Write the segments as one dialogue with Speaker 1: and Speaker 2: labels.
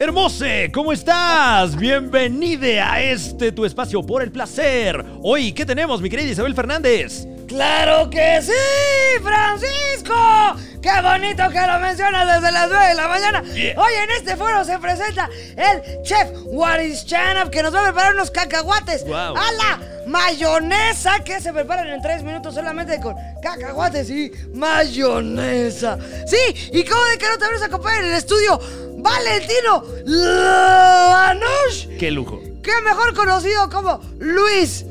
Speaker 1: Hermose, ¿cómo estás? Bienvenida a este tu espacio por el placer. Hoy, ¿qué tenemos, mi querida Isabel Fernández?
Speaker 2: ¡Claro que sí, Francisco! ¡Qué bonito que lo mencionas desde las 9 de la mañana!
Speaker 1: Yeah.
Speaker 2: Hoy en este foro se presenta el chef Waris Chanab que nos va a preparar unos cacahuates
Speaker 1: Guau.
Speaker 2: a la mayonesa que se preparan en 3 minutos solamente con cacahuates y mayonesa. Sí, y como de que no también nos acompaña en el estudio Valentino Lanosh,
Speaker 1: ¡Qué lujo!
Speaker 2: que mejor conocido como Luis.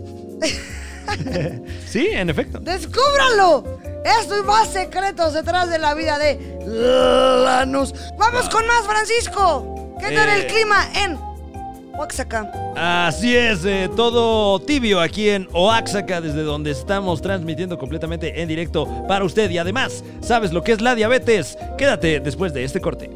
Speaker 1: Sí, en efecto.
Speaker 2: ¡Descúbralo! Esto y más secretos detrás de la vida de Lanús. Vamos con más, Francisco. ¿Qué tal
Speaker 1: Eh.
Speaker 2: el clima en Oaxaca?
Speaker 1: Así es, eh, todo tibio aquí en Oaxaca, desde donde estamos transmitiendo completamente en directo para usted. Y además, ¿sabes lo que es la diabetes? Quédate después de este corte.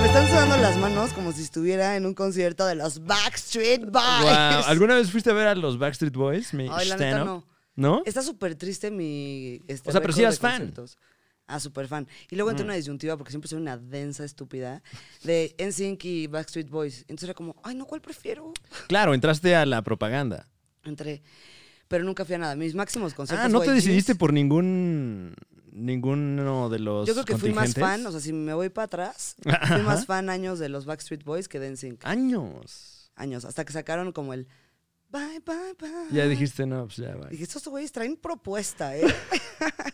Speaker 2: Me están sudando las manos como si estuviera en un concierto de los Backstreet Boys.
Speaker 1: Guau, ¿Alguna vez fuiste a ver a los Backstreet Boys? Mi
Speaker 2: Ay, la neta,
Speaker 1: stand-up?
Speaker 2: no.
Speaker 1: ¿No?
Speaker 2: Está súper triste mi. este,
Speaker 1: O sea, pero sí
Speaker 2: récord de
Speaker 1: eras fan. Mm.
Speaker 2: conciertos. Ah, súper fan. Y luego entré en una disyuntiva porque siempre soy una densa estúpida de NSYNC y Backstreet Boys. Entonces era como, ay, no, ¿cuál prefiero?
Speaker 1: Claro, entraste a la propaganda.
Speaker 2: Entré. Pero nunca fui a nada. Mis máximos conciertos.
Speaker 1: Ah, ¿no te
Speaker 2: guay,
Speaker 1: decidiste por ningún ninguno de los
Speaker 2: Yo creo que fui más
Speaker 1: contingentes?
Speaker 2: fan, o sea, si me voy para atrás, fui más fan años de los Backstreet Boys que de NSYNC.
Speaker 1: Años.
Speaker 2: Años, hasta que sacaron como el bye, bye, bye.
Speaker 1: Ya dijiste, no, pues ya va.
Speaker 2: Dije, estos güeyes traen propuesta, ¿eh?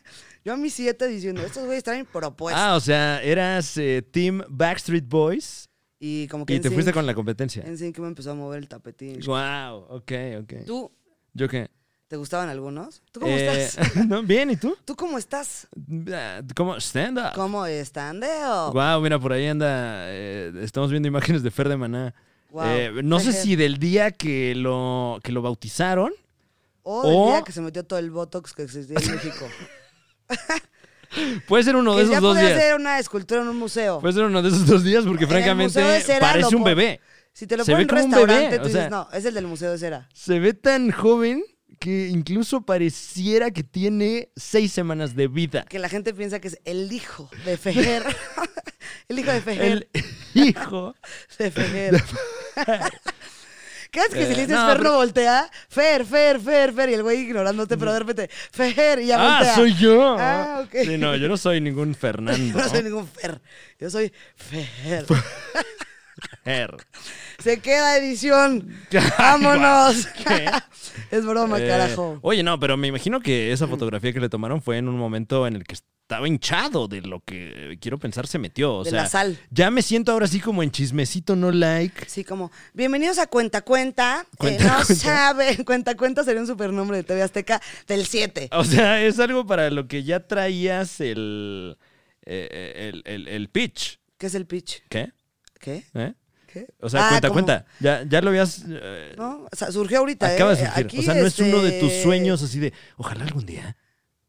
Speaker 2: Yo a mis siete diciendo, estos güeyes traen propuesta.
Speaker 1: Ah, o sea, eras eh, Team Backstreet Boys
Speaker 2: y como que
Speaker 1: y te
Speaker 2: NSYNC
Speaker 1: fuiste con la competencia.
Speaker 2: NSYNC me empezó a mover el tapetín.
Speaker 1: Wow, ok, ok.
Speaker 2: ¿Tú
Speaker 1: ¿Yo qué?
Speaker 2: te gustaban algunos? ¿Tú cómo
Speaker 1: Eh,
Speaker 2: estás?
Speaker 1: no, bien, ¿y tú?
Speaker 2: ¿Tú cómo estás?
Speaker 1: Ah, ¿Cómo? Stand up.
Speaker 2: ¿Cómo están, Deo?
Speaker 1: Wow, mira, por ahí anda. eh, estamos viendo imágenes de Fer de Maná.
Speaker 2: Guau.
Speaker 1: Eh, no sé si del día que lo, que lo bautizaron.
Speaker 2: O el
Speaker 1: o-
Speaker 2: día que se metió todo el Botox que existía en México.
Speaker 1: Puede ser uno de
Speaker 2: que
Speaker 1: esos
Speaker 2: ya
Speaker 1: dos
Speaker 2: podría
Speaker 1: días. Pues,
Speaker 2: hacer una escultura en un museo.
Speaker 1: Puede ser uno de esos dos días porque
Speaker 2: En el
Speaker 1: francamente
Speaker 2: Museo de Cera
Speaker 1: parece
Speaker 2: lo
Speaker 1: un
Speaker 2: pon-
Speaker 1: bebé.
Speaker 2: Si te lo
Speaker 1: Se
Speaker 2: ponen en
Speaker 1: ve
Speaker 2: un
Speaker 1: como un bebé,
Speaker 2: restaurante,
Speaker 1: o
Speaker 2: tú dices,
Speaker 1: sea-
Speaker 2: no, es el del Museo de Cera.
Speaker 1: Se ve tan joven que incluso pareciera que tiene seis semanas de vida.
Speaker 2: Que la gente piensa que es el hijo de Fejer. el hijo de Fejer.
Speaker 1: El hijo.
Speaker 2: De Fejer. ¿Qué es que si le
Speaker 1: Eh,
Speaker 2: dices
Speaker 1: no,
Speaker 2: Fer
Speaker 1: pero- Mm.
Speaker 2: no voltea? Fer, Fer, Fer, Fer. Y el güey ignorándote, pero de repente, Fejer, y ya
Speaker 1: Ah,
Speaker 2: voltea.
Speaker 1: soy yo.
Speaker 2: Ah, ok.
Speaker 1: Sí, no, yo no soy ningún Fernando.
Speaker 2: Yo no soy ningún Fer. Yo soy Fer.
Speaker 1: Fer.
Speaker 2: Se queda edición.
Speaker 1: Ay,
Speaker 2: Vámonos.
Speaker 1: ¿Qué?
Speaker 2: es broma,
Speaker 1: Eh,
Speaker 2: carajo. Mm.
Speaker 1: Oye, no, pero me imagino que esa fotografía que le tomaron fue en un momento en el que estaba hinchado de lo que eh, quiero pensar se metió. O
Speaker 2: De
Speaker 1: sea,
Speaker 2: la sal.
Speaker 1: Ya me siento ahora sí como en chismecito no like.
Speaker 2: Sí, como, bienvenidos a Cuenta Cuenta.
Speaker 1: Cuenta
Speaker 2: no
Speaker 1: Cuenta.
Speaker 2: sabe, Cuenta Cuenta sería un supernombre de TV Azteca del 7.
Speaker 1: O sea, es algo para lo que ya traías el, eh, el, el, el pitch.
Speaker 2: ¿Qué es el pitch?
Speaker 1: ¿Qué?
Speaker 2: ¿Qué?
Speaker 1: ¿Eh?
Speaker 2: ¿Qué?
Speaker 1: O sea,
Speaker 2: Ah,
Speaker 1: cuenta,
Speaker 2: como-
Speaker 1: cuenta. Ya, ya lo habías. eh,
Speaker 2: No, o sea, surgió ahorita.
Speaker 1: acaba de
Speaker 2: ¿eh?
Speaker 1: surgir.
Speaker 2: Aquí,
Speaker 1: o sea, no es uno de tus
Speaker 2: este,
Speaker 1: sueños así de. Ojalá algún día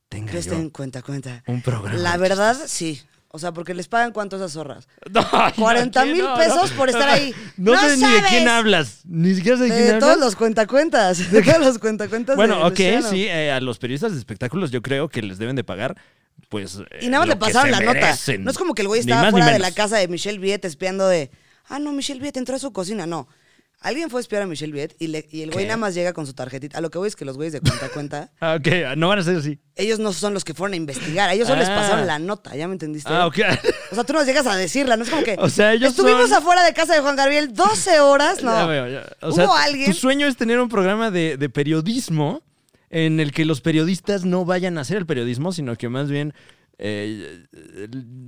Speaker 1: tenga
Speaker 2: Que
Speaker 1: yo
Speaker 2: esté en Cuenta Cuenta.
Speaker 1: un programa.
Speaker 2: La
Speaker 1: de
Speaker 2: verdad, sí. O sea, porque les pagan cuánto esas zorras.
Speaker 1: chistes. No, ay, no,
Speaker 2: 40 mil
Speaker 1: no, no.
Speaker 2: pesos por estar ahí.
Speaker 1: No,
Speaker 2: ¡No
Speaker 1: sé ni de quién
Speaker 2: sabes!
Speaker 1: hablas. Ni siquiera sé de
Speaker 2: De,
Speaker 1: quién hablas.
Speaker 2: Eh, todos los cuentacuentas. De todos los cuentacuentas.
Speaker 1: Bueno,
Speaker 2: de
Speaker 1: ok,
Speaker 2: Luciano.
Speaker 1: sí, eh, a los periodistas de espectáculos yo creo que les deben de pagar, pues.
Speaker 2: Y nada
Speaker 1: eh, lo
Speaker 2: más le
Speaker 1: que
Speaker 2: pasaron
Speaker 1: se
Speaker 2: la nota.
Speaker 1: merecen.
Speaker 2: No es como que el güey
Speaker 1: Ni
Speaker 2: estaba
Speaker 1: más ni
Speaker 2: fuera de la
Speaker 1: menos.
Speaker 2: casa de Michelle Viet espiando de. Ah, no, Michelle Viet entró a su cocina. No. Alguien fue a espiar a Michelle Viet y, le- y el güey
Speaker 1: ¿Qué?
Speaker 2: nada más llega con su tarjetita. A lo que voy es que los güeyes de cuenta cuenta,
Speaker 1: Ah, ok, no van a ser así.
Speaker 2: ellos no son los que fueron a investigar. A ellos solo les
Speaker 1: Ah.
Speaker 2: pasaron la nota, ¿ya me entendiste?
Speaker 1: Ah, ok.
Speaker 2: O sea, tú nos llegas a decirla, no es como que.
Speaker 1: O sea, ellos
Speaker 2: Estuvimos
Speaker 1: son-
Speaker 2: afuera de casa de Juan Gabriel 12 horas, no.
Speaker 1: Ya veo, ya. O sea,
Speaker 2: Hubo alguien.
Speaker 1: Tu sueño es tener un programa de, de periodismo en el que los periodistas no vayan a hacer el periodismo, sino que más bien eh,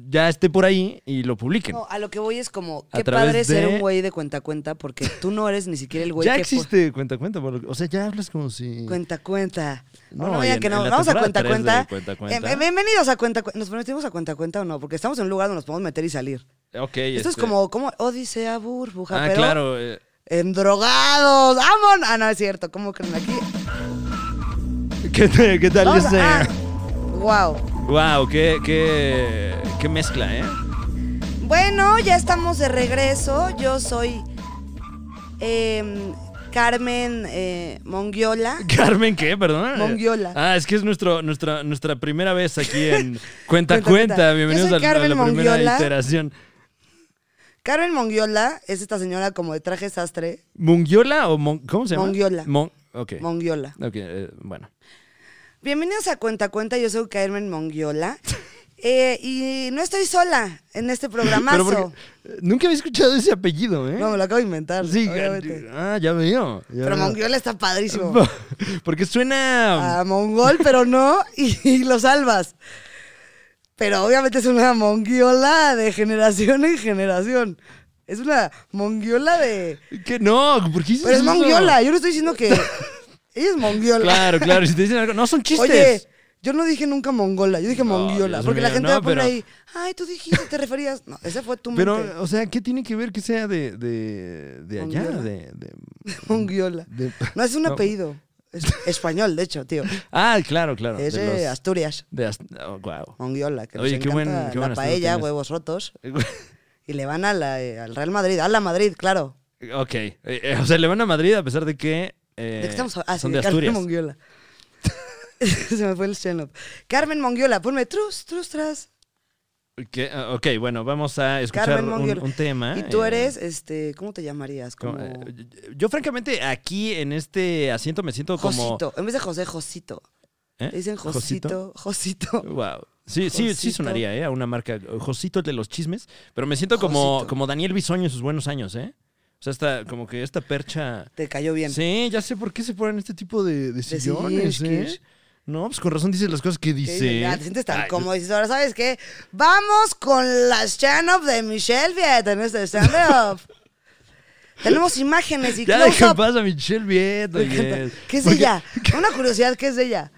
Speaker 1: ya esté por ahí y lo publiquen.
Speaker 2: No, a lo que voy es como,
Speaker 1: A
Speaker 2: qué
Speaker 1: través
Speaker 2: padre ser
Speaker 1: de-
Speaker 2: un güey de cuenta cuenta, porque tú no eres ni siquiera el güey
Speaker 1: ya
Speaker 2: que
Speaker 1: existe cuenta cuenta, por lo que- o sea, ya hablas como si...
Speaker 2: Cuenta cuenta.
Speaker 1: No, y
Speaker 2: No, no, ya
Speaker 1: en-
Speaker 2: que
Speaker 1: en
Speaker 2: no.
Speaker 1: la
Speaker 2: Vamos a
Speaker 1: temporada
Speaker 2: cuenta
Speaker 1: tres de
Speaker 2: cuenta.
Speaker 1: Cuenta Cuenta.
Speaker 2: Eh, bienvenidos a cuenta cuenta. ¿Nos metimos a cuenta cuenta o no? Porque estamos en un lugar donde nos podemos meter y salir.
Speaker 1: Ok,
Speaker 2: Esto es
Speaker 1: este-
Speaker 2: como, como Odisea Burbuja,
Speaker 1: Ah,
Speaker 2: pero
Speaker 1: claro. eh,
Speaker 2: en drogados. ¡Vamos! Ah, no, es cierto. ¿Cómo creen aquí?
Speaker 1: ¿Qué, te- qué tal
Speaker 2: Vamos
Speaker 1: ese?
Speaker 2: a- ah, wow.
Speaker 1: Wow, qué, qué, qué mezcla, ¿eh?
Speaker 2: Bueno, ya estamos de regreso. Yo soy em, Carmen eh, Mongiola.
Speaker 1: Carmen, ¿qué? Perdón.
Speaker 2: Mongiola.
Speaker 1: Ah, es que es nuestro, nuestra, nuestra primera vez aquí en Cuenta Cuenta.
Speaker 2: Cuenta, cuenta.
Speaker 1: Bienvenidos
Speaker 2: Yo
Speaker 1: a
Speaker 2: soy
Speaker 1: la, a la
Speaker 2: Carmen
Speaker 1: primera
Speaker 2: Mongiola.
Speaker 1: iteración.
Speaker 2: Carmen Mongiola es esta señora como de traje sastre.
Speaker 1: ¿Mungiola o Mon- ¿Cómo se llama?
Speaker 2: Mongiola.
Speaker 1: Mon- ok.
Speaker 2: Mongiola.
Speaker 1: Ok, eh, bueno.
Speaker 2: Bienvenidos a Cuenta Cuenta, yo soy Carmen Mongiola. Eh, y no estoy sola en este
Speaker 1: Pero
Speaker 2: programazo.
Speaker 1: porque- nunca había escuchado ese apellido, ¿eh?
Speaker 2: No, me lo acabo de inventar.
Speaker 1: sí,
Speaker 2: obviamente.
Speaker 1: ah, ya veo. ya
Speaker 2: Pero
Speaker 1: veo.
Speaker 2: Mongiola está padrísimo.
Speaker 1: Porque suena...
Speaker 2: A mongol, pero no, y, y lo salvas. Pero obviamente es una mongiola de generación en generación. Es una mongiola de...
Speaker 1: que no, ¿por qué dices
Speaker 2: Pero es
Speaker 1: eso?
Speaker 2: mongiola, yo no estoy diciendo que... Ella es mongiola.
Speaker 1: Claro, claro. Si te dicen algo... No, son chistes.
Speaker 2: Oye, yo no dije nunca mongola, yo dije mongiola.
Speaker 1: Dios
Speaker 2: porque la
Speaker 1: mío,
Speaker 2: gente
Speaker 1: no,
Speaker 2: va a poner
Speaker 1: pero-
Speaker 2: ahí, ay, tú dijiste, te referías. No, esa fue tu mente.
Speaker 1: Pero, o sea, ¿qué tiene que ver que sea de, de, de allá?
Speaker 2: Mongiola.
Speaker 1: De, de-
Speaker 2: Mongiola.
Speaker 1: de-
Speaker 2: No, es un
Speaker 1: No.
Speaker 2: apellido. Es español, de hecho, tío.
Speaker 1: Ah, claro, claro.
Speaker 2: Es
Speaker 1: de
Speaker 2: de
Speaker 1: los-
Speaker 2: Asturias.
Speaker 1: de Ast- oh, guau.
Speaker 2: Mongiola, que
Speaker 1: Oye,
Speaker 2: les
Speaker 1: qué buen-
Speaker 2: encanta
Speaker 1: qué buen
Speaker 2: la
Speaker 1: acento
Speaker 2: paella,
Speaker 1: tienes.
Speaker 2: huevos rotos. Y le van a la, eh, al Real Madrid, a la Madrid, claro.
Speaker 1: ok. Eh, eh, o sea, le van a Madrid a pesar de que... eh,
Speaker 2: ¿De qué estamos hablando? Ah, sí,
Speaker 1: son de
Speaker 2: Carmen
Speaker 1: Asturias.
Speaker 2: Mongiola. Se me fue el stand Carmen Mongiola, ponme trus, trus, tras.
Speaker 1: Que- ah, ok, bueno, vamos a escuchar
Speaker 2: Carmen
Speaker 1: un,
Speaker 2: Mongiola.
Speaker 1: un tema.
Speaker 2: Y tú
Speaker 1: eh,
Speaker 2: eres, este, ¿cómo te llamarías?
Speaker 1: como-
Speaker 2: Como...
Speaker 1: eh, yo- yo, francamente, aquí en este asiento me siento como...
Speaker 2: Josito. En vez de José, Josito.
Speaker 1: ¿Eh?
Speaker 2: Le dicen Josito, Josito.
Speaker 1: Wow. Sí, sí, sí
Speaker 2: Josito.
Speaker 1: sonaría, ¿eh? A una marca. Josito de los chismes. Pero me siento como,
Speaker 2: Josito.
Speaker 1: como Daniel Bisoño en sus buenos años, ¿eh? O sea, esta, como que esta percha.
Speaker 2: Te cayó bien.
Speaker 1: Sí, ya sé por qué se ponen este tipo de, de sillones,
Speaker 2: sillinsquis.
Speaker 1: ¿eh? No, pues con razón dices las cosas que
Speaker 2: Que
Speaker 1: dice.
Speaker 2: dices, ya, te sientes tan
Speaker 1: Ay,
Speaker 2: cómodo. Dices, ahora sabes qué. Vamos con las stand-up de Michelle Viet en este stand-up. Tenemos imágenes y
Speaker 1: Ya deja en
Speaker 2: close-up.
Speaker 1: paz a Michelle Viet,
Speaker 2: Me encanta.
Speaker 1: oye.
Speaker 2: ¿Qué es
Speaker 1: Porque,
Speaker 2: ella? Una curiosidad, ¿qué es ella?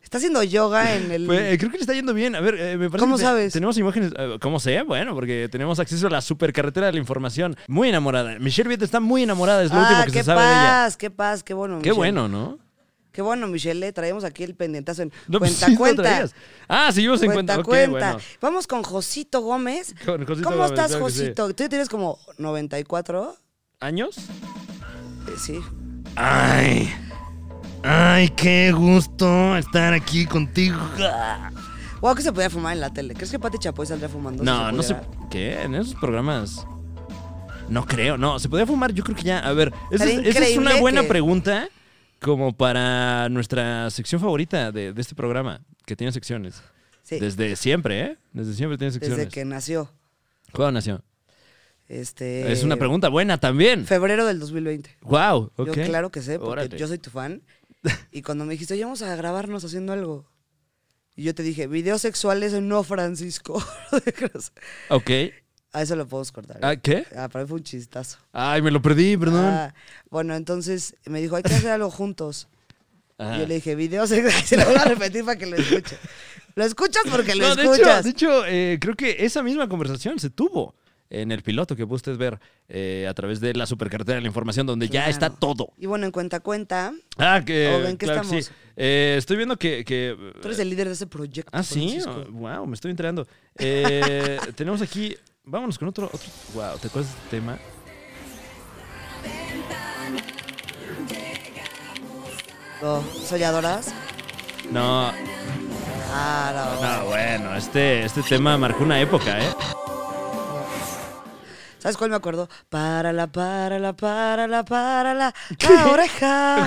Speaker 2: Está haciendo yoga en el.
Speaker 1: pues, eh, creo que le está yendo bien. A ver, eh, me parece
Speaker 2: ¿Cómo
Speaker 1: que te-
Speaker 2: sabes?
Speaker 1: Tenemos imágenes. eh, ¿Cómo sé? Bueno, porque tenemos acceso a la supercarretera de la información. Muy enamorada. Michelle Viet está muy enamorada, es lo último
Speaker 2: ah,
Speaker 1: que
Speaker 2: qué
Speaker 1: se sabe de ella.
Speaker 2: paz, qué paz, qué bueno.
Speaker 1: Qué
Speaker 2: Michelle.
Speaker 1: bueno, ¿no?
Speaker 2: Qué bueno, Michelle. Le traemos aquí el pendientazo en
Speaker 1: No, pues,
Speaker 2: cuenta
Speaker 1: sí lo
Speaker 2: cuenta.
Speaker 1: traías. Ah, seguimos en cuenta.
Speaker 2: cuenta,
Speaker 1: Ok,
Speaker 2: cuenta.
Speaker 1: bueno.
Speaker 2: Vamos con Josito Gómez.
Speaker 1: Con Josito
Speaker 2: ¿Cómo
Speaker 1: Gómez,
Speaker 2: estás,
Speaker 1: claro que sí.
Speaker 2: Josito? Tú tienes como 94.
Speaker 1: ¿Años?
Speaker 2: Eh, Sí.
Speaker 1: Ay. Ay, qué gusto estar aquí contigo.
Speaker 2: Guau, que se podía fumar en la tele. ¿Crees que Pati Chapoy saldría fumando? si
Speaker 1: No, no sé.
Speaker 2: pudiera?
Speaker 1: ¿Qué? En esos programas. No creo, no. ¿Se podía fumar? Yo creo que ya. A ver, esa es,
Speaker 2: Estaría
Speaker 1: esa es una
Speaker 2: increíble
Speaker 1: buena
Speaker 2: que-
Speaker 1: pregunta como para nuestra sección favorita de, de este programa, que tiene secciones.
Speaker 2: Sí, desde,
Speaker 1: Desde siempre, ¿eh? Desde siempre tiene secciones.
Speaker 2: que nació.
Speaker 1: ¿Cuándo nació?
Speaker 2: Este,
Speaker 1: Es una pregunta buena también.
Speaker 2: Febrero del 2020.
Speaker 1: Wow, ok.
Speaker 2: Yo claro que sé, porque
Speaker 1: Órale.
Speaker 2: yo soy tu fan. Y cuando me dijiste, oye, vamos a grabarnos haciendo algo. Y yo te dije, videos sexuales no, Francisco.
Speaker 1: Ok.
Speaker 2: a eso lo podemos cortar.
Speaker 1: Ah, ¿Qué?
Speaker 2: Ah, para mí fue un chistazo.
Speaker 1: Ay, me lo perdí, perdón.
Speaker 2: Ah, bueno, entonces me dijo, hay que hacer algo juntos.
Speaker 1: Ajá.
Speaker 2: Ah, Yo le dije, videos sexuales. Se lo voy a repetir para que lo escuche. Lo escuchas porque lo
Speaker 1: No, de hecho,
Speaker 2: escuchas.
Speaker 1: de hecho, eh, creo que esa misma conversación se tuvo en el piloto que pudo usted ver eh, a través de la supercartera de la información, donde ya está
Speaker 2: Claro.
Speaker 1: todo.
Speaker 2: Y bueno, en cuenta cuenta,
Speaker 1: Ah, que.
Speaker 2: Oigan, ¿qué
Speaker 1: claro que
Speaker 2: estamos?
Speaker 1: sí. Eh, estoy viendo que. que-
Speaker 2: tú eres el líder de ese proyecto.
Speaker 1: ah, sí.
Speaker 2: Francisco.
Speaker 1: Wow, me estoy enterando. Eh, tenemos aquí. Vámonos con otro. otro wow, ¿te acuerdas de este tema?
Speaker 2: No, soñadoras.
Speaker 1: No,
Speaker 2: Claro.
Speaker 1: no, bueno, este, este tema marcó una época, ¿eh?
Speaker 2: ¿Sabes cuál me acuerdo? Párala, párala, párala, párala. La oreja.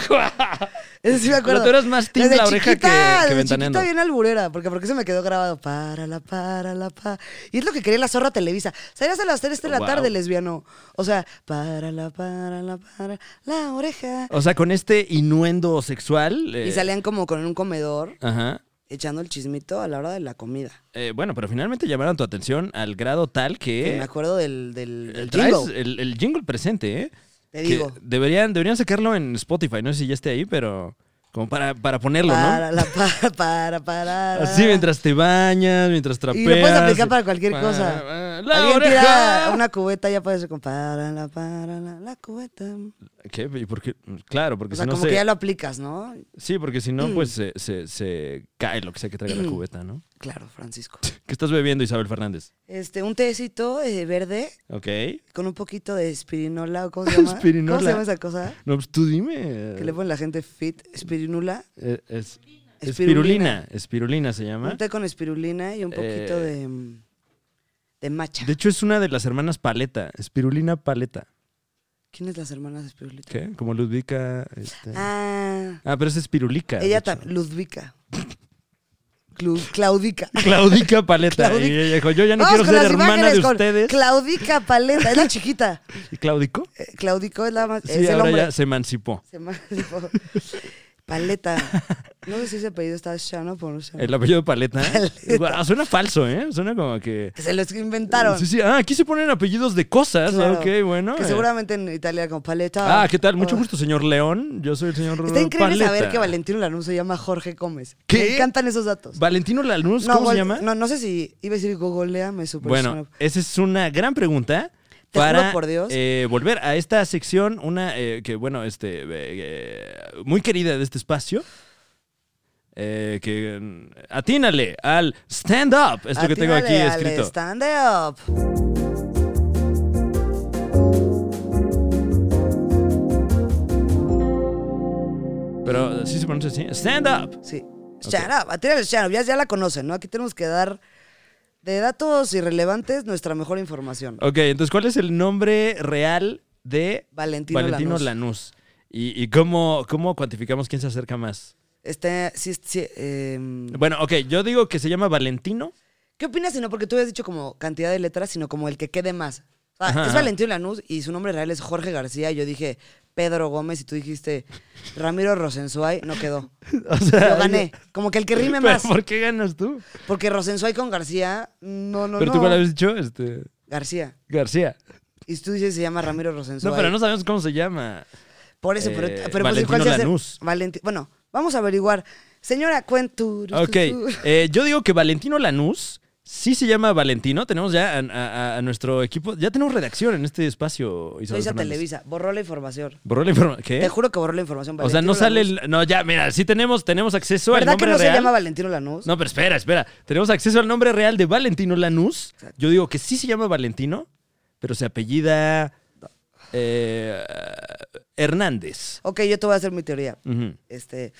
Speaker 2: Ese sí me acuerdo.
Speaker 1: Pero tú eras más team
Speaker 2: Desde
Speaker 1: la oreja
Speaker 2: chiquita,
Speaker 1: que- que
Speaker 2: desde
Speaker 1: ventaneando.
Speaker 2: chiquita bien alburera, porque porque se me quedó grabado. Párala, párala, párala. Y es lo que quería la zorra Televisa. Salías a las 3 de la
Speaker 1: Wow.
Speaker 2: tarde, lesbiano. O sea, párala, párala, párala, la oreja.
Speaker 1: O sea, con este inuendo sexual. eh,
Speaker 2: Y salían como con un comedor
Speaker 1: Ajá.
Speaker 2: echando el chismito a la hora de la comida.
Speaker 1: Eh, bueno, pero finalmente llamaron tu atención al grado tal
Speaker 2: Que me
Speaker 1: que.
Speaker 2: acuerdo del, del, del
Speaker 1: traes
Speaker 2: jingle.
Speaker 1: El, el jingle presente, ¿eh?
Speaker 2: Te
Speaker 1: Que
Speaker 2: digo.
Speaker 1: Deberían, deberían sacarlo en Spotify. No sé si ya esté ahí, pero. Como para, para ponerlo, ¿no?
Speaker 2: Para, la, para, para, para.
Speaker 1: Así mientras te bañas, mientras trapeas.
Speaker 2: Y lo puedes aplicar para cualquier
Speaker 1: Para-
Speaker 2: cosa.
Speaker 1: ¡La
Speaker 2: Alguien
Speaker 1: oreja!
Speaker 2: tira una cubeta y ya puedes comparar la, para, la, la cubeta.
Speaker 1: ¿Qué? ¿Y por qué? Claro, porque
Speaker 2: O sea,
Speaker 1: si no
Speaker 2: como
Speaker 1: se-
Speaker 2: que ya lo Mm. aplicas, ¿no?
Speaker 1: Sí, porque si no, pues se, se- se cae lo que sea que traiga la
Speaker 2: Mm.
Speaker 1: cubeta, ¿no?
Speaker 2: Claro, Francisco.
Speaker 1: ¿Qué estás bebiendo, Isabel Fernández?
Speaker 2: Este, un tecito eh, verde
Speaker 1: Ok.
Speaker 2: con un poquito de espirinola, ¿o ¿cómo se llama?
Speaker 1: Espirinola.
Speaker 2: ¿Cómo se llama esa cosa?
Speaker 1: No, pues tú dime.
Speaker 2: Que le pone la gente fit, espirinola.
Speaker 1: Eh, es, espirulina.
Speaker 2: Espirulina.
Speaker 1: Espirulina se llama.
Speaker 2: Un té con espirulina y un poquito
Speaker 1: Eh.
Speaker 2: de, mm, de macha.
Speaker 1: De hecho, es una de las hermanas Paleta. Espirulina Paleta.
Speaker 2: ¿Quién es las hermanas espirulita?
Speaker 1: ¿Qué? Como Ludvica. este- Ah,
Speaker 2: Ah,
Speaker 1: pero es Espirulica. de
Speaker 2: ella
Speaker 1: hecho.
Speaker 2: también, Ludvica. Clu- Claudica.
Speaker 1: Claudica Paleta.
Speaker 2: Claudica.
Speaker 1: Y ella dijo, yo ya no
Speaker 2: Vamos
Speaker 1: quiero
Speaker 2: con
Speaker 1: ser
Speaker 2: las
Speaker 1: hermana
Speaker 2: imágenes
Speaker 1: de
Speaker 2: con
Speaker 1: ustedes.
Speaker 2: Claudica Paleta, es la chiquita.
Speaker 1: ¿Y Claudico?
Speaker 2: Eh, Claudico es la más.
Speaker 1: Sí,
Speaker 2: es el
Speaker 1: ahora
Speaker 2: hombre.
Speaker 1: ya se emancipó.
Speaker 2: Se llama- Paleta. No sé si ese apellido está Shano por no Shano.
Speaker 1: El apellido de Paleta. ¿eh? Guau, suena falso, ¿eh? Suena como que...
Speaker 2: Que se los inventaron.
Speaker 1: Sí, sí. Ah, aquí se ponen apellidos de cosas.
Speaker 2: Claro.
Speaker 1: Ok, bueno.
Speaker 2: Que
Speaker 1: eh.
Speaker 2: seguramente en Italia con Paleta.
Speaker 1: Ah, ¿qué tal? Mucho
Speaker 2: Ah.
Speaker 1: gusto, señor León. Yo soy el señor
Speaker 2: Está increíble
Speaker 1: Paleta.
Speaker 2: saber que Valentino Lanús se llama Jorge Gómez.
Speaker 1: ¿Qué?
Speaker 2: Me encantan esos datos.
Speaker 1: Valentino Lanús, ¿cómo
Speaker 2: gol-
Speaker 1: se llama?
Speaker 2: No, no sé si iba a decir Gogolea, me super
Speaker 1: Bueno,
Speaker 2: suena.
Speaker 1: esa es una gran pregunta.
Speaker 2: Te
Speaker 1: para
Speaker 2: juro por Dios.
Speaker 1: eh, volver a esta sección, una eh, que, bueno, este eh, eh, muy querida de este espacio. eh, que mm, atínale al stand-up. Es lo que tengo aquí
Speaker 2: Atínale al
Speaker 1: escrito.
Speaker 2: Stand up.
Speaker 1: Pero sí se pronuncia así. Stand-up.
Speaker 2: Sí. Stand up. Atínale al stand up. Ya, ya la conocen, ¿no? Aquí tenemos que dar de datos irrelevantes nuestra mejor información.
Speaker 1: Ok, entonces, ¿cuál es el nombre real de
Speaker 2: Valentino
Speaker 1: Valentino
Speaker 2: Lanús.
Speaker 1: Lanús? ¿Y, y cómo, cómo cuantificamos quién se acerca más?
Speaker 2: Este, sí, sí, em,
Speaker 1: Bueno, ok, yo digo que se llama Valentino.
Speaker 2: ¿Qué opinas? Si no, porque tú habías dicho como cantidad de letras, sino como el que quede más. O sea,
Speaker 1: Ajá,
Speaker 2: es
Speaker 1: ajá.
Speaker 2: Valentino Lanús y su nombre real es Jorge García. y Yo dije Pedro Gómez y tú dijiste Ramiro Rosensuay. No quedó.
Speaker 1: O sea,
Speaker 2: Yo gané. Como que el que rime
Speaker 1: ¿Pero
Speaker 2: más.
Speaker 1: ¿Por qué ganas tú?
Speaker 2: Porque Rosensuay con García, no, no,
Speaker 1: pero
Speaker 2: no.
Speaker 1: tú cuál habías dicho, este,
Speaker 2: García.
Speaker 1: García.
Speaker 2: Y tú dices se llama Ramiro Rosensuay.
Speaker 1: No, pero no sabemos cómo se llama.
Speaker 2: Por eso, pero,
Speaker 1: Eh,
Speaker 2: pero pues, ¿cuál
Speaker 1: Valentino
Speaker 2: se hace?
Speaker 1: Lanús.
Speaker 2: Valenti- Bueno, vamos a averiguar. Señora Cuentur.
Speaker 1: Ok, eh, yo digo que Valentino Lanús sí se llama Valentino. Tenemos ya a, a- a nuestro equipo, ya tenemos redacción en este espacio,
Speaker 2: Lo
Speaker 1: Isabel
Speaker 2: hizo
Speaker 1: Fernández.
Speaker 2: Televisa. Borró la información.
Speaker 1: Borró la informa- ¿Qué?
Speaker 2: Te juro que borró la información.
Speaker 1: ¿Eh? o sea, no
Speaker 2: Valentino
Speaker 1: sale
Speaker 2: Lanús.
Speaker 1: el... No, ya, mira, sí tenemos, tenemos acceso al
Speaker 2: ¿Verdad
Speaker 1: nombre
Speaker 2: que no
Speaker 1: real.
Speaker 2: se llama Valentino Lanús?
Speaker 1: No, pero espera, espera. Tenemos acceso al nombre real de Valentino Lanús. Yo digo que sí se llama Valentino, pero se apellida eh, Hernández.
Speaker 2: Ok, yo te voy a hacer mi teoría.
Speaker 1: Ujú.
Speaker 2: Este,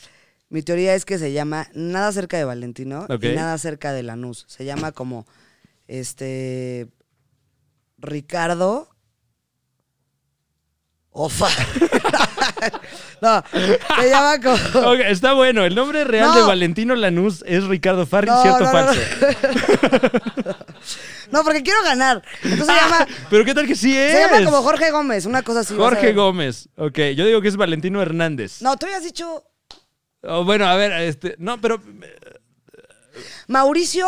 Speaker 2: mi teoría es que se llama nada cerca de Valentino
Speaker 1: Ok.
Speaker 2: y nada cerca de Lanús. Se llama como este Ricardo Ofa. no, se llama como
Speaker 1: Ok, está bueno. El nombre real
Speaker 2: No.
Speaker 1: de Valentino Lanús es Ricardo Farri,
Speaker 2: No,
Speaker 1: cierto
Speaker 2: no,
Speaker 1: o
Speaker 2: no,
Speaker 1: falso.
Speaker 2: No, porque quiero ganar. Entonces se llama
Speaker 1: Pero qué tal que sí es.
Speaker 2: se llama como Jorge Gómez, una cosa así. vas a
Speaker 1: Ah, Jorge
Speaker 2: ver.
Speaker 1: Gómez. Ok, yo digo que es Valentino Hernández.
Speaker 2: No, tú habías dicho
Speaker 1: Oh, bueno, a ver, este. No, pero.
Speaker 2: Mauricio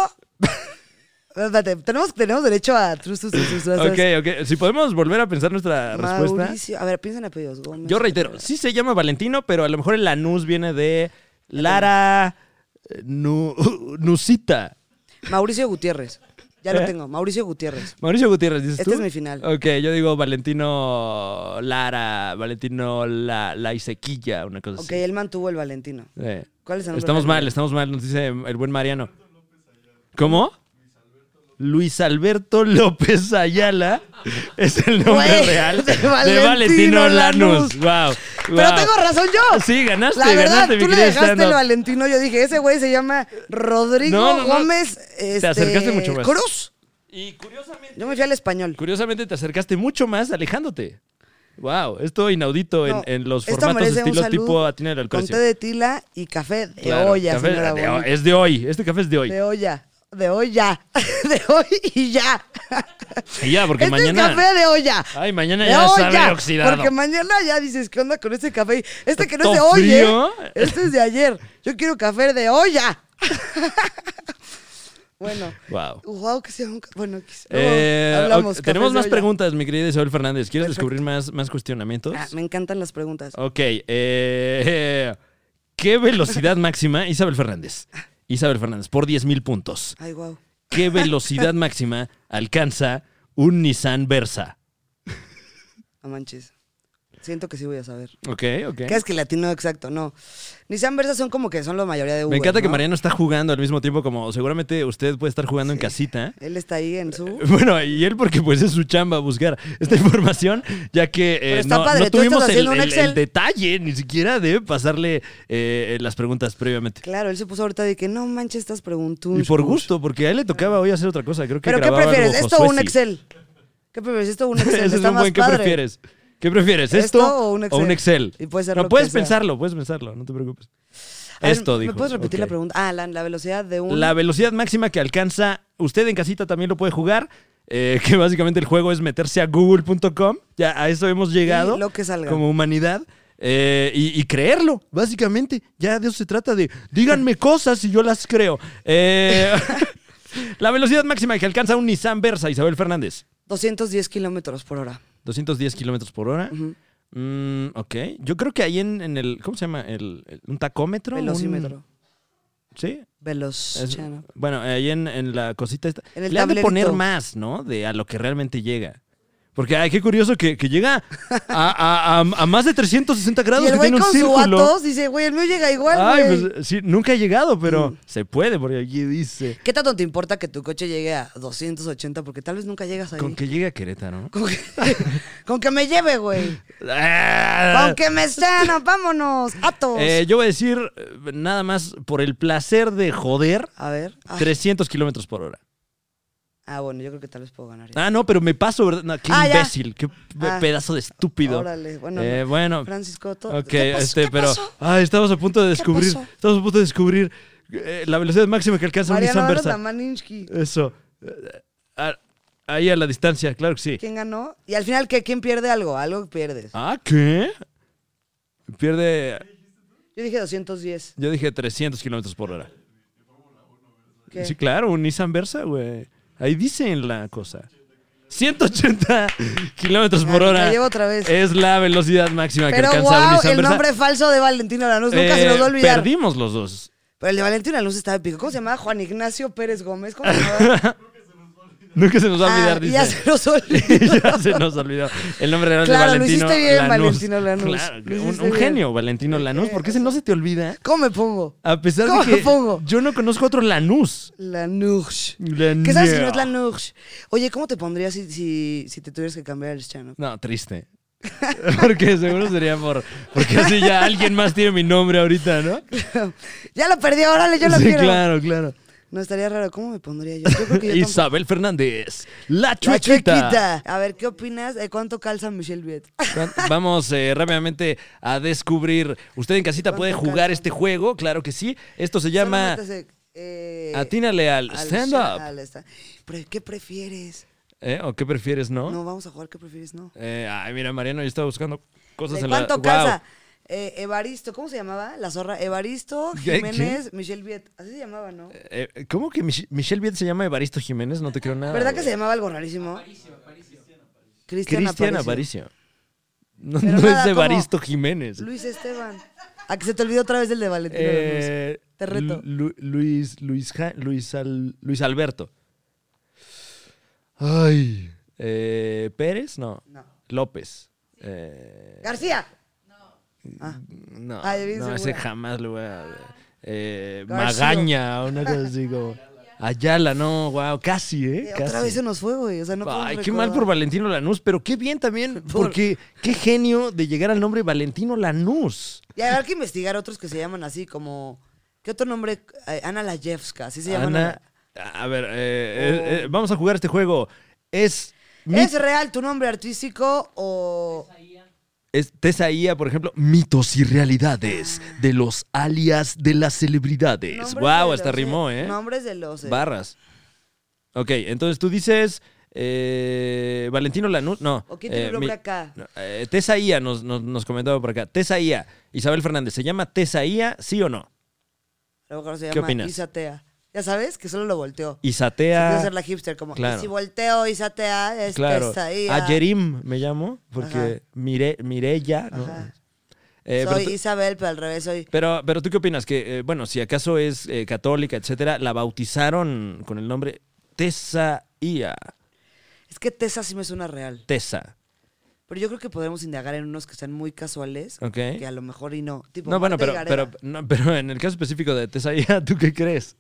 Speaker 2: Espérate, tenemos, tenemos derecho a trus, trus, trus, trus, trus,
Speaker 1: Ok, ok. Si podemos volver a pensar nuestra respuesta.
Speaker 2: Mauricio. A ver, piensa en apellidos. Gómez.
Speaker 1: Yo reitero, sí se llama Valentino, pero a lo mejor el Lanús viene de Lara eh, Nu- Nusita.
Speaker 2: Mauricio Gutiérrez. Ya
Speaker 1: ¿Eh?
Speaker 2: lo tengo. Mauricio Gutiérrez.
Speaker 1: Mauricio Gutiérrez, dices
Speaker 2: Este
Speaker 1: tú?
Speaker 2: es mi final.
Speaker 1: Ok, yo digo Valentino Lara, Valentino La, la Isequilla, una cosa
Speaker 2: Ok,
Speaker 1: así.
Speaker 2: él mantuvo el Valentino.
Speaker 1: Eh,
Speaker 2: ¿Cuál es el nombre
Speaker 1: Estamos
Speaker 2: real?
Speaker 1: mal, estamos mal, nos dice el buen Mariano. ¿Cómo? Luis Alberto López Ayala es el nombre
Speaker 2: Güey,
Speaker 1: real
Speaker 2: de
Speaker 1: de Valentino,
Speaker 2: Valentino
Speaker 1: Lanús. Wow,
Speaker 2: Pero tengo razón yo.
Speaker 1: Sí, ganaste,
Speaker 2: La verdad,
Speaker 1: ganaste, mi
Speaker 2: tú le
Speaker 1: querida
Speaker 2: dejaste
Speaker 1: stand-up.
Speaker 2: el Valentino. Yo dije, ese güey se llama Rodrigo
Speaker 1: No, no, no.
Speaker 2: Gómez. este,
Speaker 1: acercaste mucho más.
Speaker 2: Cruz.
Speaker 1: Y curiosamente,
Speaker 2: Yo me fui al español.
Speaker 1: curiosamente te acercaste mucho más alejándote. Wow, esto inaudito en,
Speaker 2: No,
Speaker 1: en los
Speaker 2: esto
Speaker 1: formatos
Speaker 2: merece un
Speaker 1: estilo
Speaker 2: saludo
Speaker 1: tipo Atinero al
Speaker 2: Con té
Speaker 1: precio.
Speaker 2: de tila y café de
Speaker 1: Claro,
Speaker 2: olla,
Speaker 1: café
Speaker 2: señora
Speaker 1: de-
Speaker 2: bonita.
Speaker 1: es de hoy, este café es de hoy.
Speaker 2: De olla. De olla. De hoy y ya.
Speaker 1: Y ya, porque
Speaker 2: Este
Speaker 1: mañana-
Speaker 2: es café de olla.
Speaker 1: Ay, mañana
Speaker 2: De
Speaker 1: ya sabe
Speaker 2: olla,
Speaker 1: oxidado.
Speaker 2: Porque mañana ya dices, ¿qué onda con este café? Este que no es de
Speaker 1: ¿Todo
Speaker 2: hoy, ¿eh?
Speaker 1: frío?
Speaker 2: Este es de ayer. Yo quiero café de olla. Bueno.
Speaker 1: Wow.
Speaker 2: Wow, que sea un... ca- Bueno, X. Luego
Speaker 1: Eh,
Speaker 2: hablamos,
Speaker 1: ok, tenemos
Speaker 2: café de
Speaker 1: más
Speaker 2: olla.
Speaker 1: preguntas, mi querida Isabel Fernández. ¿Quieres descubrir más, más cuestionamientos?
Speaker 2: Ah, me encantan las preguntas.
Speaker 1: Ok. eh, ¿Qué velocidad máxima? Isabel Fernández. Isabel Fernández, por 10 mil puntos.
Speaker 2: Ay, wow.
Speaker 1: ¿Qué velocidad máxima alcanza un Nissan Versa?
Speaker 2: No manches. Siento que sí voy a saber.
Speaker 1: Ok, ok.
Speaker 2: ¿Qué es que latino exacto? No. Nissan Versa son como que son la mayoría de Uber,
Speaker 1: Me encanta que
Speaker 2: ¿no?
Speaker 1: Mariano está jugando al mismo tiempo como seguramente usted puede estar jugando en casita.
Speaker 2: Él está ahí en su...
Speaker 1: Bueno, y él porque pues es su chamba buscar esta información, ya que eh,
Speaker 2: Pero está
Speaker 1: no,
Speaker 2: padre,
Speaker 1: no
Speaker 2: tú estás
Speaker 1: tuvimos el,
Speaker 2: haciendo un
Speaker 1: el-
Speaker 2: Excel.
Speaker 1: el detalle ni siquiera de pasarle eh, las preguntas previamente.
Speaker 2: Claro, él se puso ahorita de que no manches estas preguntas.
Speaker 1: Y por gusto, porque a él le tocaba hoy hacer otra cosa. Creo que
Speaker 2: ¿Pero qué
Speaker 1: grababa
Speaker 2: prefieres?
Speaker 1: algo
Speaker 2: ¿Esto o un
Speaker 1: Josué, sí.
Speaker 2: Excel? ¿Qué prefieres? ¿Esto o un Excel?
Speaker 1: Ese es
Speaker 2: está
Speaker 1: un
Speaker 2: más
Speaker 1: buen ¿qué
Speaker 2: padre.
Speaker 1: prefieres? ¿Qué prefieres? ¿Esto,
Speaker 2: ¿Esto o un Excel? Y puede ser
Speaker 1: no,
Speaker 2: lo que
Speaker 1: puedes
Speaker 2: sea.
Speaker 1: pensarlo, puedes pensarlo, no te preocupes.
Speaker 2: A ver,
Speaker 1: Esto,
Speaker 2: ¿Me
Speaker 1: dijo.
Speaker 2: puedes repetir la
Speaker 1: Ok.
Speaker 2: pregunta? Ah, la, la velocidad de un...
Speaker 1: La velocidad máxima que alcanza, usted en casita también lo puede jugar, eh, que básicamente el juego es meterse a google.com, ya a eso hemos llegado
Speaker 2: Y lo que salga.
Speaker 1: como humanidad. eh, y, y creerlo, básicamente. Ya de eso se trata de díganme cosas y yo las creo. Eh, la velocidad máxima que alcanza un Nissan Versa, Isabel Fernández.
Speaker 2: 210 kilómetros por hora.
Speaker 1: 210 kilómetros por hora.
Speaker 2: Ujú.
Speaker 1: Mm, ok. Yo creo que ahí en, en el. ¿Cómo se llama? El, el- ¿Un tacómetro? Un-
Speaker 2: Velocímetro.
Speaker 1: sí.
Speaker 2: Veloz.
Speaker 1: Es-
Speaker 2: chano.
Speaker 1: bueno, ahí en, en la cosita esta.
Speaker 2: Pues En el
Speaker 1: Le han de
Speaker 2: tablerito.
Speaker 1: poner más, ¿no? De a lo que realmente llega. Porque, ay, qué curioso que, que llega a, a- a- a más de 360 grados
Speaker 2: Y el
Speaker 1: que
Speaker 2: güey
Speaker 1: tiene
Speaker 2: con
Speaker 1: un
Speaker 2: su
Speaker 1: círculo.
Speaker 2: atos dice, güey, el mío llega igual,
Speaker 1: ay,
Speaker 2: güey. Mm.
Speaker 1: pues sí, nunca he llegado, pero se puede, porque aquí dice.
Speaker 2: ¿Qué tanto te importa que tu coche llegue a 280? Porque tal vez nunca llegas ahí.
Speaker 1: Con que llegue a Querétaro.
Speaker 2: Con que, con que me lleve, güey.
Speaker 1: Ah.
Speaker 2: Con que me sana, vámonos. Atos.
Speaker 1: Eh, yo voy a decir, eh, nada más por el placer de joder,
Speaker 2: a ver. Ah,
Speaker 1: 300 kilómetros por hora.
Speaker 2: ah, bueno, yo creo que tal vez puedo ganar.
Speaker 1: Ah, no, pero me paso, ¿verdad? No, qué
Speaker 2: Ah, ya.
Speaker 1: imbécil, qué pe-
Speaker 2: Ah.
Speaker 1: pedazo de estúpido.
Speaker 2: Órale, bueno,
Speaker 1: Eh,
Speaker 2: no.
Speaker 1: bueno,
Speaker 2: Francisco, to-
Speaker 1: Ok,
Speaker 2: ¿qué pasó?
Speaker 1: este,
Speaker 2: ¿Qué
Speaker 1: pero.
Speaker 2: pasó?
Speaker 1: Ay, estamos a punto de descubrir.
Speaker 2: pasó?
Speaker 1: Estamos a punto de descubrir eh, la velocidad máxima que alcanza
Speaker 2: Mariano,
Speaker 1: un Nissan
Speaker 2: danos la
Speaker 1: Versa.
Speaker 2: Maninsky.
Speaker 1: Eso. Eh, ah, Ahí a la distancia, claro que sí.
Speaker 2: ¿Quién ganó? Y al final, ¿qué? ¿quién pierde algo? Algo pierdes.
Speaker 1: Ah, ¿qué? Pierde.
Speaker 2: Yo dije 210.
Speaker 1: Yo dije 300 kilómetros por hora.
Speaker 2: ¿Qué?
Speaker 1: Sí, claro, un Nissan Versa, güey. Ahí dice en la cosa. 180 kilómetros por
Speaker 2: Ah,
Speaker 1: hora.
Speaker 2: la llevo otra vez.
Speaker 1: Es la velocidad máxima
Speaker 2: Pero
Speaker 1: que alcanza un
Speaker 2: wow,
Speaker 1: Nissan
Speaker 2: el
Speaker 1: Versa.
Speaker 2: nombre falso de Valentino Lanús nunca se
Speaker 1: Eh,
Speaker 2: nos va a olvidar.
Speaker 1: Perdimos los dos.
Speaker 2: Pero el de Valentino Lanús estaba épico. ¿Cómo se llamaba? Juan Ignacio Pérez Gómez. ¿Cómo se llamaba?
Speaker 1: Nunca se nos va a olvidar,
Speaker 2: Ah, y
Speaker 1: dice.
Speaker 2: ya se nos olvidó.
Speaker 1: ya se nos olvidó. El nombre real
Speaker 2: Claro,
Speaker 1: de
Speaker 2: lo
Speaker 1: Valentino
Speaker 2: hiciste bien,
Speaker 1: Lanús.
Speaker 2: Valentino Lanús.
Speaker 1: Claro,
Speaker 2: Lo
Speaker 1: un,
Speaker 2: hiciste
Speaker 1: un
Speaker 2: bien.
Speaker 1: genio, Valentino Lanús, porque ese no se te olvida.
Speaker 2: ¿Cómo me pongo?
Speaker 1: A pesar
Speaker 2: ¿Cómo
Speaker 1: de que
Speaker 2: me pongo?
Speaker 1: yo no conozco otro Lanús.
Speaker 2: Lanús.
Speaker 1: Lanús.
Speaker 2: ¿Qué sabes si no es Lanús? Oye, ¿cómo te pondrías si, si, si te tuvieras que cambiar el chano?
Speaker 1: No, triste. Porque seguro sería por. Porque así ya alguien más tiene mi nombre ahorita, ¿no?
Speaker 2: ya lo perdí, órale, yo lo
Speaker 1: sí,
Speaker 2: quiero.
Speaker 1: claro, claro.
Speaker 2: No, estaría raro. ¿Cómo me pondría yo? Yo creo que yo tampoco.
Speaker 1: Isabel Fernández, la
Speaker 2: La
Speaker 1: chuequita.
Speaker 2: chuequita. A ver, ¿qué opinas de cuánto calza Michelle Viet?
Speaker 1: Vamos eh, rápidamente a descubrir. Usted en casita puede
Speaker 2: ¿Cuánto
Speaker 1: jugar
Speaker 2: calza?
Speaker 1: este juego, claro que sí. Esto se llama.
Speaker 2: Solamente se- eh,
Speaker 1: Atínale al
Speaker 2: al
Speaker 1: stand-up.
Speaker 2: al esta- Pero, ¿qué prefieres?
Speaker 1: ¿Eh? ¿O qué prefieres, no?
Speaker 2: No, vamos a jugar, ¿qué prefieres? No.
Speaker 1: Eh, ay, mira, Mariano, yo estaba buscando cosas
Speaker 2: ¿De
Speaker 1: en
Speaker 2: cuánto
Speaker 1: la...
Speaker 2: calza?
Speaker 1: Guau.
Speaker 2: Eh, Evaristo, ¿cómo se llamaba? La zorra. Evaristo,
Speaker 1: ¿Qué?
Speaker 2: Jiménez, Michelle Viet. Así se llamaba, ¿no?
Speaker 1: Eh, ¿Cómo que Mich- Michelle Viet se llama Evaristo Jiménez? No eh. te creo nada.
Speaker 2: ¿Verdad que
Speaker 1: güey.
Speaker 2: se llamaba algo rarísimo? Cristian
Speaker 1: Cristian
Speaker 2: Aparicio.
Speaker 1: Aparicio. No,
Speaker 2: Pero
Speaker 1: no
Speaker 2: nada
Speaker 1: es
Speaker 2: como-
Speaker 1: Evaristo Jiménez.
Speaker 2: Luis Esteban. A que se te olvidó otra vez el de Valentino. Lanús.
Speaker 1: Eh,
Speaker 2: Te reto.
Speaker 1: Lu- Luis, Luis, Ja- Luis, Al- Luis Alberto. Ay. Eh, ¿Pérez? No.
Speaker 2: No.
Speaker 1: López. Eh,
Speaker 2: García.
Speaker 1: no,
Speaker 2: Ah, ya bien
Speaker 1: no, ese
Speaker 2: segura.
Speaker 1: jamás le voy a... Eh,
Speaker 2: García.
Speaker 1: Magaña, una cosa así como... Ayala, no, wow, casi, ¿eh?
Speaker 2: Eh,
Speaker 1: casi.
Speaker 2: otra vez se nos fue, güey. O sea, no podemos
Speaker 1: Ay, qué mal por
Speaker 2: recordar.
Speaker 1: Valentino Lanús, pero qué bien también, porque qué genio de llegar al nombre Valentino Lanús.
Speaker 2: Y habrá que investigar otros que se llaman así, como. ¿Qué otro nombre? Eh, Ana Lajewska, así se llama.
Speaker 1: Ana, a ver, eh, eh, eh, vamos a jugar este juego. Es, mi-
Speaker 2: ¿Es real tu nombre artístico o.?
Speaker 1: es Tesaía, por ejemplo, mitos y realidades de los alias de las celebridades.
Speaker 2: nombres
Speaker 1: Wow,
Speaker 2: de
Speaker 1: hasta
Speaker 2: los,
Speaker 1: rimó, ¿eh?
Speaker 2: Nombres de los. eh.
Speaker 1: Barras. Ok, entonces tú dices eh, Valentino Lanús, no.
Speaker 2: ¿O quién tiene
Speaker 1: eh,
Speaker 2: un nombre
Speaker 1: mi-
Speaker 2: acá?
Speaker 1: no, eh, Tesaía nos, nos, nos comentaba por acá. Tesaía, Isabel Fernández, ¿se llama Tesaía, sí o no?
Speaker 2: A lo mejor se
Speaker 1: ¿Qué
Speaker 2: llama
Speaker 1: opinas?
Speaker 2: Isatea. Ya sabes, que solo lo volteó.
Speaker 1: Y
Speaker 2: Se quiere
Speaker 1: Satea.
Speaker 2: hacer la hipster, como,
Speaker 1: claro.
Speaker 2: y si volteo Isatea, es
Speaker 1: Claro.
Speaker 2: esta ahí. ah.
Speaker 1: A Yerim me llamo,
Speaker 2: Ajá.
Speaker 1: porque Mire, Mireya, ¿no?
Speaker 2: Ajá.
Speaker 1: Eh, pero
Speaker 2: soy
Speaker 1: tú-
Speaker 2: Isabel, pero al revés soy.
Speaker 1: Pero, pero tú qué opinas? Que, eh, bueno, si acaso es eh, católica, etcétera, la bautizaron con el nombre Tesaía.
Speaker 2: Es que Tessa sí me suena real.
Speaker 1: Tesa.
Speaker 2: Pero yo creo que podemos indagar en unos que sean muy casuales.
Speaker 1: Ok.
Speaker 2: Que a lo mejor y no. Tipo,
Speaker 1: No, bueno,
Speaker 2: Marta y
Speaker 1: pero,
Speaker 2: Gareda.
Speaker 1: pero, no, pero en el caso específico de Tesaía, ¿tú qué crees?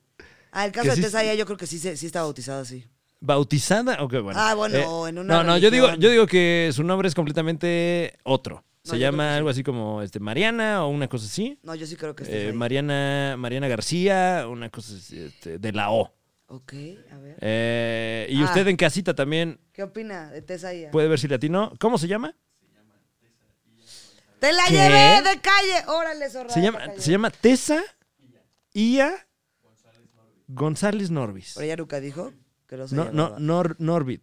Speaker 2: Ah, el
Speaker 1: que
Speaker 2: caso de
Speaker 1: sí-
Speaker 2: Tessa ya yo creo que sí, se- sí está bautizado así.
Speaker 1: ¿Bautizada? Ok, bueno. eh,
Speaker 2: Ah, bueno, en una
Speaker 1: No, no, yo digo,
Speaker 2: religión.
Speaker 1: yo digo que su nombre es completamente otro. Se
Speaker 2: No, yo creo
Speaker 1: llama
Speaker 2: que
Speaker 1: algo así como este, Mariana o una cosa así.
Speaker 2: No, yo sí creo que está.
Speaker 1: Eh,
Speaker 2: ahí.
Speaker 1: Mariana, Mariana García, una cosa así, este, de la O.
Speaker 2: ok, a ver.
Speaker 1: Eh, y
Speaker 2: Ah.
Speaker 1: usted en casita también
Speaker 2: ¿Qué opina de Tessa ya?
Speaker 1: puede ver si latino. ¿Cómo se llama?
Speaker 2: ¡Te la
Speaker 1: ¿Qué?
Speaker 2: llevé de calle! ¡Órale, zorra!
Speaker 1: Se
Speaker 2: de
Speaker 1: llama,
Speaker 2: calle.
Speaker 1: se llama Tessa Ia González Norbis.
Speaker 2: Pero ella nunca dijo que lo se
Speaker 1: No, no,
Speaker 2: llamaba.
Speaker 1: Nor, Norbit.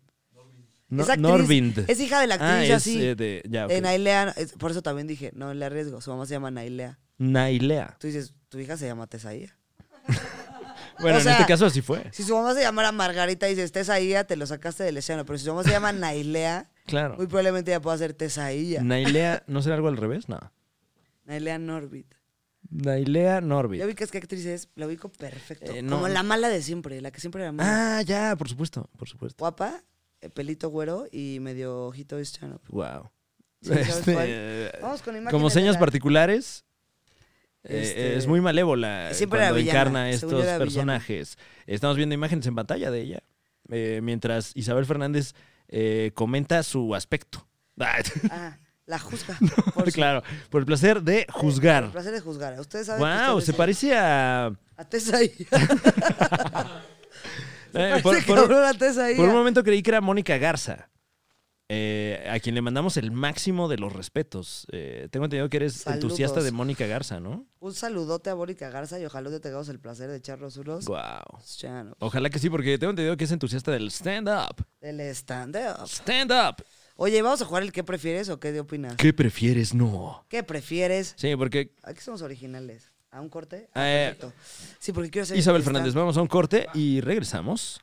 Speaker 1: No-
Speaker 2: Es actriz,
Speaker 1: Norvind.
Speaker 2: Es hija de la actriz,
Speaker 1: Ah,
Speaker 2: ya
Speaker 1: es,
Speaker 2: sí.
Speaker 1: eh, de- ya, ok.
Speaker 2: Eh, Nailea, es- por eso también dije, no le arriesgo, su mamá se llama Nailea.
Speaker 1: Nailea.
Speaker 2: Tú dices, tu hija se llama Tesaía.
Speaker 1: Bueno,
Speaker 2: O sea,
Speaker 1: en este caso así fue.
Speaker 2: Si su mamá se llamara Margarita y dices Tesaía, te lo sacaste del escenario. Pero si su mamá se llama Nailea,
Speaker 1: Claro.
Speaker 2: muy probablemente ya pueda ser Tesaía.
Speaker 1: Nailea, ¿no será algo al revés? No.
Speaker 2: Nailea Norbit.
Speaker 1: Nailea Norbit.
Speaker 2: Ya vi que es que actriz es, la ubico perfecto.
Speaker 1: Eh, no.
Speaker 2: Como la mala de siempre, la que siempre era mala.
Speaker 1: Ah, ya, por supuesto, por supuesto.
Speaker 2: Guapa, eh, pelito güero y medio ojito de stand-up.
Speaker 1: Wow.
Speaker 2: Sí, ¿sabes
Speaker 1: Este,
Speaker 2: cuál? Vamos con imágenes
Speaker 1: como
Speaker 2: de
Speaker 1: señas
Speaker 2: la-
Speaker 1: particulares. eh,
Speaker 2: Este-
Speaker 1: es muy malévola eh,
Speaker 2: Siempre era
Speaker 1: cuando
Speaker 2: villana,
Speaker 1: encarna a
Speaker 2: según yo
Speaker 1: estos
Speaker 2: era villana.
Speaker 1: personajes. Estamos viendo imágenes en pantalla de ella, eh, mientras Isabel Fernández eh, comenta su aspecto. Ay,
Speaker 2: Ah, la juzga.
Speaker 1: por
Speaker 2: por
Speaker 1: claro, por el placer de
Speaker 2: El
Speaker 1: juzgar.
Speaker 2: placer de juzgar. Ustedes saben que
Speaker 1: Wow,
Speaker 2: ustedes-
Speaker 1: se parece a
Speaker 2: A Tesaía.
Speaker 1: Eh,
Speaker 2: Parece
Speaker 1: por, por un-
Speaker 2: cabrón a Tesaía.
Speaker 1: por un momento creí que era Mónica Garza, eh, a quien le mandamos el máximo de los respetos. Eh, tengo entendido que eres
Speaker 2: Saludos.
Speaker 1: entusiasta de Mónica Garza, ¿no?
Speaker 2: Un saludote a Mónica Garza y ojalá te tengamos el placer de echarnos unos.
Speaker 1: Wow.
Speaker 2: chanos
Speaker 1: Ojalá que sí, porque tengo entendido que es entusiasta del stand-up.
Speaker 2: Del stand-up.
Speaker 1: ¡Stand-up!
Speaker 2: Oye, ¿vamos a jugar el qué prefieres o qué de opinas?
Speaker 1: ¿Qué prefieres, no?
Speaker 2: ¿Qué prefieres?
Speaker 1: Sí, porque
Speaker 2: Aquí somos originales. ¿A un corte?
Speaker 1: eh,
Speaker 2: Perfecto. Ah, Sí, porque quiero hacer.
Speaker 1: Isabel
Speaker 2: esta-
Speaker 1: Fernández, vamos a un corte y regresamos.